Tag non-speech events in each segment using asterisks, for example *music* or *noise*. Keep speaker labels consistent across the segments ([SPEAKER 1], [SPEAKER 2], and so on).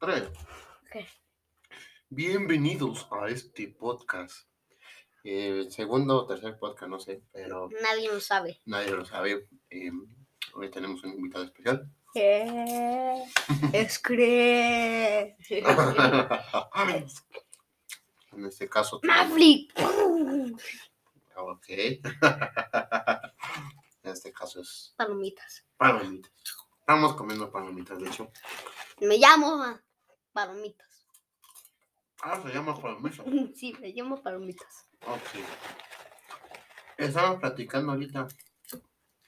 [SPEAKER 1] Tres.
[SPEAKER 2] Ok.
[SPEAKER 1] Bienvenidos a este podcast. Eh, segundo o tercer podcast, no sé, pero
[SPEAKER 2] Nadie lo sabe.
[SPEAKER 1] nadie lo sabe. Eh, hoy tenemos un invitado especial.
[SPEAKER 3] Es cre-
[SPEAKER 1] Ah, en este caso,
[SPEAKER 2] Maverick.
[SPEAKER 1] ok. *laughs* en este caso es
[SPEAKER 2] Palomitas.
[SPEAKER 1] palomitas. Estamos comiendo palomitas, de hecho.
[SPEAKER 2] Me llamo ah, Palomitas.
[SPEAKER 1] Ah, se llama palomitas.
[SPEAKER 2] Sí, me llamo Palomitas.
[SPEAKER 1] Ok. Estamos platicando ahorita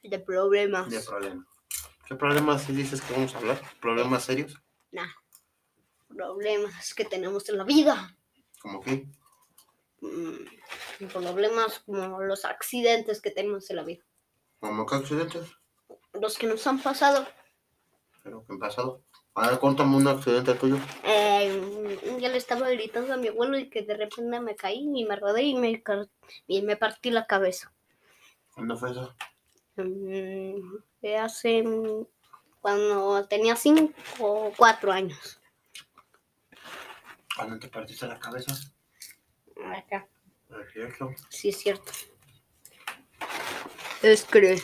[SPEAKER 2] De problemas.
[SPEAKER 1] de problemas. ¿Qué problemas sí dices que vamos a hablar? ¿Problemas serios?
[SPEAKER 2] Problemas que tenemos en la vida.
[SPEAKER 1] ¿Como qué?
[SPEAKER 2] Mm, Problemas como los accidentes que tenemos en la vida.
[SPEAKER 1] ¿Como qué accidentes?
[SPEAKER 2] Los que nos han pasado.
[SPEAKER 1] Pero que han pasado. A ver, cuéntame un accidente tuyo.
[SPEAKER 2] Eh, yo le estaba gritando a mi abuelo y que de repente me caí y me rodé y me, car- y me partí la cabeza.
[SPEAKER 1] ¿Cuándo fue eso?
[SPEAKER 2] Mm, de hace mm, cuando tenía cinco o cuatro años.
[SPEAKER 1] ¿Cuándo te partiste la cabeza?
[SPEAKER 2] Acá.
[SPEAKER 1] Es cierto.
[SPEAKER 2] Sí, es cierto.
[SPEAKER 3] Es cre-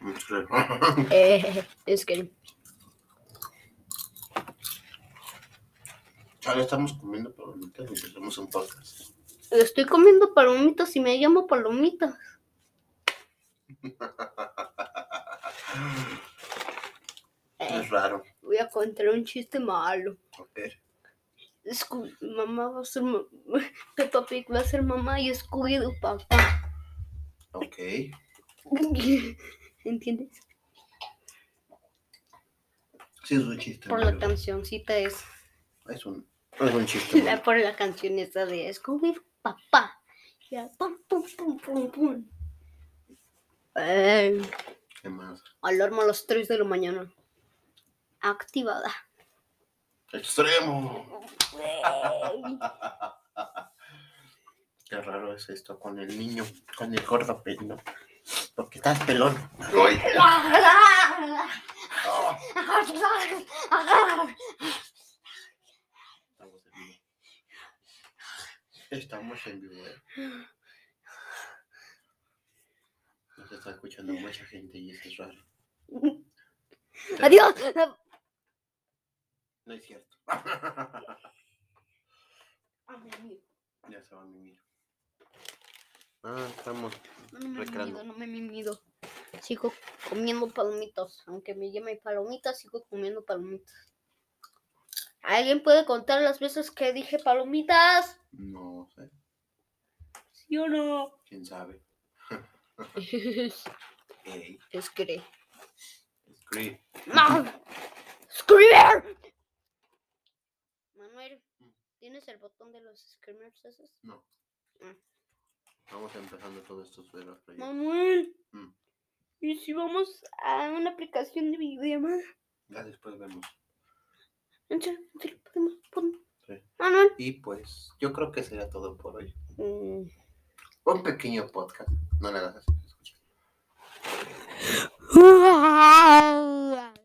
[SPEAKER 1] *laughs*
[SPEAKER 2] *laughs* Eh, es que
[SPEAKER 1] Ahora estamos comiendo palomitas y tenemos un podcast.
[SPEAKER 2] estoy comiendo palomitas y me llamo *laughs* palomitas. Eh,
[SPEAKER 1] Es raro.
[SPEAKER 2] voy a contar un chiste malo.
[SPEAKER 1] A ver.
[SPEAKER 2] Sco- mamá va a ser ma- *laughs* Peppa Pig va a ser mamá y Scooby-Doo papá. *laughs*
[SPEAKER 1] Ok.
[SPEAKER 2] ¿Entiendes?
[SPEAKER 1] Sí, es un chiste.
[SPEAKER 2] Por
[SPEAKER 1] malo.
[SPEAKER 2] la cancioncita es
[SPEAKER 1] Es un, es un chiste. malo.
[SPEAKER 2] *laughs* la, por la canción esa de Scooby-Doo papá. Ya, pum, pum, pum, pum, pum. Eh,
[SPEAKER 1] ¿Qué más?
[SPEAKER 2] alarma a las 3 de la mañana. Activada.
[SPEAKER 1] ¡Extremo! Qué raro es esto con el niño, con el gordo pelón. Porque estás
[SPEAKER 2] *laughs*
[SPEAKER 1] pelón. Ay. Ah. Estamos en vivo. Estamos en vivo. eh. Nos está escuchando mucha gente y eso es raro.
[SPEAKER 2] *laughs* Adiós.
[SPEAKER 1] No es cierto. ya se va a mimir. Ah, estamos.
[SPEAKER 2] No me
[SPEAKER 1] Recreando.
[SPEAKER 2] mido, no me mido. Sigo comiendo palomitas. Aunque me llame palomitas, sigo comiendo palomitas. ¿Alguien puede contar las veces que dije palomitas?
[SPEAKER 1] No sé,
[SPEAKER 2] ¿Sí o no?
[SPEAKER 1] quién sabe.
[SPEAKER 2] *laughs* es
[SPEAKER 1] Ey,
[SPEAKER 2] que...
[SPEAKER 1] Scream.
[SPEAKER 2] ¡No! ¡Screamer! Manuel,
[SPEAKER 1] Mm.
[SPEAKER 2] ¿tienes el botón de los screamers esos?
[SPEAKER 1] No.
[SPEAKER 2] Ah.
[SPEAKER 1] Vamos empezando todo esto de los proyectos.
[SPEAKER 2] Manuel,
[SPEAKER 1] Mm.
[SPEAKER 2] ¿y si vamos a una aplicación de videollamada?
[SPEAKER 1] Ya después vemos.
[SPEAKER 2] ¿En serio? ¿En serio? ¿Podemos? ¿Podemos?
[SPEAKER 1] Sí.
[SPEAKER 2] Manuel.
[SPEAKER 1] Y pues, yo creo que será todo por hoy.
[SPEAKER 2] Mm.
[SPEAKER 1] Un pequeño podcast. No le hagas escuchar.
[SPEAKER 3] Ah.